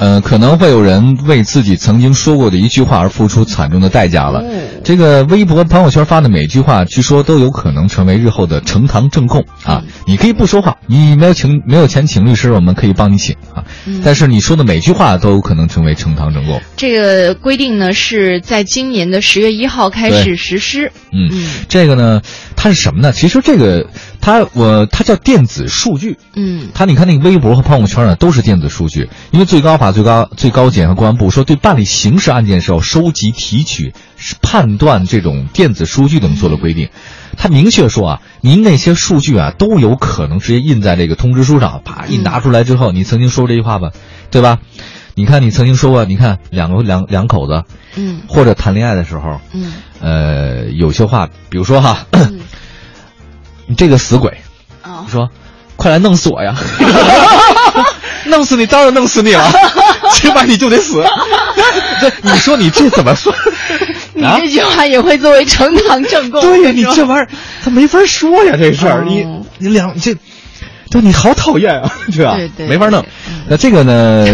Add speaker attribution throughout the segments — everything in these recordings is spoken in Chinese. Speaker 1: 呃，可能会有人为自己曾经说过的一句话而付出惨重的代价了。
Speaker 2: 哦
Speaker 1: 这个微博、朋友圈发的每句话，据说都有可能成为日后的呈堂证供啊！你可以不说话，你没有请没有钱请律师，我们可以帮你请啊。但是你说的每句话都有可能成为呈堂证供。
Speaker 2: 嗯这个规定呢，是在今年的十月一号开始实施。
Speaker 1: 嗯，这个呢，它是什么呢？其实这个它我它叫电子数据。
Speaker 2: 嗯
Speaker 1: 它你看那个微博和朋友圈呢，都是电子数据，因为最高法、最高最高检和公安部说，对办理刑事案件时候收集、提取、是判断这种电子数据等做了规定。他明确说啊，您那些数据啊，都有可能直接印在这个通知书上，啪一拿出来之后，你曾经说过这句话吧，对吧？你看你曾经说过，你看两个两两口子，
Speaker 2: 嗯
Speaker 1: 或者谈恋爱的时候，
Speaker 2: 嗯
Speaker 1: 呃，有些话，比如说哈，
Speaker 2: 嗯
Speaker 1: 你这个死鬼，
Speaker 2: 啊
Speaker 1: 你，说：“快来弄死我 呀！弄死你，当然弄死你了，今晚你就得死。这”你说你这怎么算？
Speaker 2: 你
Speaker 1: 啊
Speaker 2: 这句话也会作为呈堂证供。
Speaker 1: 对呀，
Speaker 2: 是
Speaker 1: 你
Speaker 2: 吧
Speaker 1: 这玩意儿他没法说呀，这事儿、
Speaker 2: 哦
Speaker 1: 你你两这，对你好讨厌啊，对吧？
Speaker 2: 对对
Speaker 1: 没法弄
Speaker 2: 对嗯。
Speaker 1: 那这个 呢？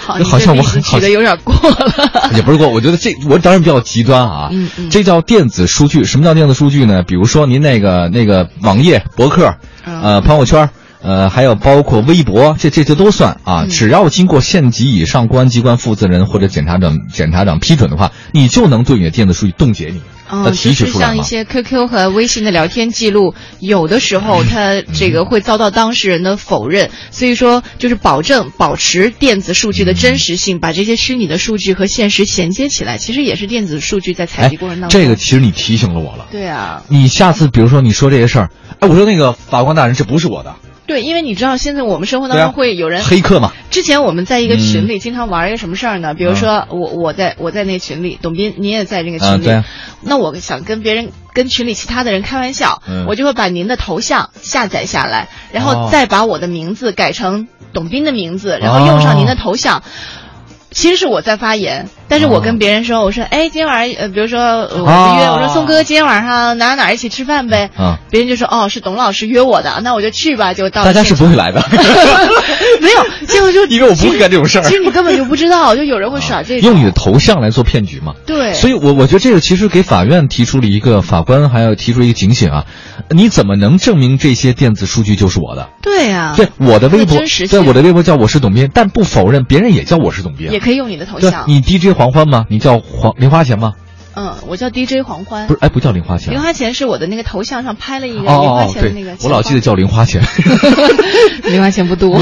Speaker 2: 好，
Speaker 1: 这好
Speaker 2: 你这
Speaker 1: 像我
Speaker 2: 例子
Speaker 1: 好哎
Speaker 2: 举的有点过 了。
Speaker 1: 也不是过，我觉得这我当然比较极端啊。
Speaker 2: 嗯嗯
Speaker 1: 这叫电子数据。什么叫电子数据呢？比如说您那个那个网页、博客、
Speaker 2: 嗯
Speaker 1: 呃朋友圈。呃，还有包括微博，这这这都算啊。
Speaker 2: 嗯
Speaker 1: 只要经过县级以上公安机关负责人或者检察长、检察长批准的话，你就能对你的电子数据冻结你，它
Speaker 2: 嗯，
Speaker 1: 提
Speaker 2: 就
Speaker 1: 取
Speaker 2: 是
Speaker 1: 出来
Speaker 2: 像一
Speaker 1: 嘛。
Speaker 2: 些 QQ 和微信的聊天记录，有的时
Speaker 1: 嗯
Speaker 2: 候它这个会遭到当事人的否认，所以说就是保证保持电子数据的真实
Speaker 1: 嗯
Speaker 2: 性，把这些虚拟的数据和现实衔接起来，其实也是电子数据在采
Speaker 1: 哎
Speaker 2: 集过程当，中。
Speaker 1: 这个其实你提醒了我了。
Speaker 2: 对啊，
Speaker 1: 你下次比如说你说这些事儿，哎，我说那个法官大人，这不是我的，
Speaker 2: 对，因为你知道现在我们生活当
Speaker 1: 对啊
Speaker 2: 中会有人
Speaker 1: 黑客嘛。
Speaker 2: 之前我们在一个群
Speaker 1: 嗯
Speaker 2: 里经常玩一个什么事儿呢？比如说我我在我在那群里，董斌你也在那个
Speaker 1: 啊
Speaker 2: 群里，
Speaker 1: 对啊
Speaker 2: 那我想跟别人跟群里其他的人开玩笑，
Speaker 1: 嗯
Speaker 2: 我就会把您的头像下载下来，然
Speaker 1: 哦
Speaker 2: 后再把我的名字改成董斌的名字，然后用上您的头像。其实是我在发言，但是我跟别人说，我说，哎，今天晚上，呃，比如说呃我们约，
Speaker 1: 哦
Speaker 2: 我说宋哥，今天晚上哪儿哪儿一起吃饭呗，
Speaker 1: 啊
Speaker 2: 别人就说，哦，是董老师约我的，那我就去吧，就到
Speaker 1: 大家是
Speaker 2: 现场
Speaker 1: 不会来的。
Speaker 2: 没有，结果就
Speaker 1: 因为我不会干这种事儿
Speaker 2: 其实你根本就不知道，就有人会耍这种。
Speaker 1: 用你的头像来做骗局嘛。
Speaker 2: 对，
Speaker 1: 所以我，我觉得这个其实给法院提出了一个法官，还要提出一个警醒啊！你怎么能证明这些电子数据就是我的？
Speaker 2: 对啊呀、
Speaker 1: 对，我的微
Speaker 2: 它
Speaker 1: 博
Speaker 2: 的真实，
Speaker 1: 对
Speaker 2: 性
Speaker 1: 我的微博叫我是董斌，但不否认别人也叫我是董斌啊。
Speaker 2: 也可以用你的头
Speaker 1: 对
Speaker 2: 像。
Speaker 1: 你 DJ 黄欢吗？你叫黄零花钱吗？
Speaker 2: 嗯，我叫 DJ 黄欢
Speaker 1: 不，是，哎，不叫零花钱。
Speaker 2: 嗯零花钱是我的那个头像上拍了一个
Speaker 1: 哦
Speaker 2: 零
Speaker 1: 哦
Speaker 2: 花
Speaker 1: 哦，
Speaker 2: 钱的那个
Speaker 1: 对
Speaker 2: 钱，包。
Speaker 1: 我老记得叫零花 钱。
Speaker 2: 零花钱不多。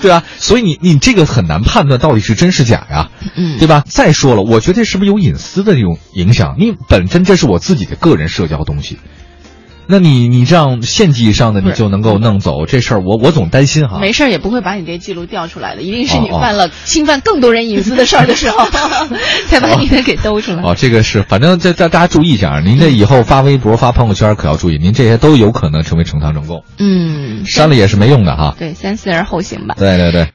Speaker 1: 对啊，所以你你这个很难判断到底是真是假呀，
Speaker 2: 嗯
Speaker 1: 对吧？再说了，我觉得这是不是有隐私的这种影响？你本身这是我自己的个人社交东西，那你你让县级以上的你
Speaker 2: 不是
Speaker 1: 就能够弄走这事儿，我我总担心哈。
Speaker 2: 没事儿，也不会把你这记录调出来的，一定是你
Speaker 1: 啊哦哦
Speaker 2: 犯了 侵犯更多人隐私的事儿的 时候，才把你的给兜出来。
Speaker 1: 哦，这个是，反正这大大家注意一下啊，您这以后发微博、发朋友圈可要注意，您这些都有可能成为呈堂证供，
Speaker 2: 嗯，
Speaker 1: 删了也是没用的哈。
Speaker 2: 对，三思而后行吧。
Speaker 1: 对对对。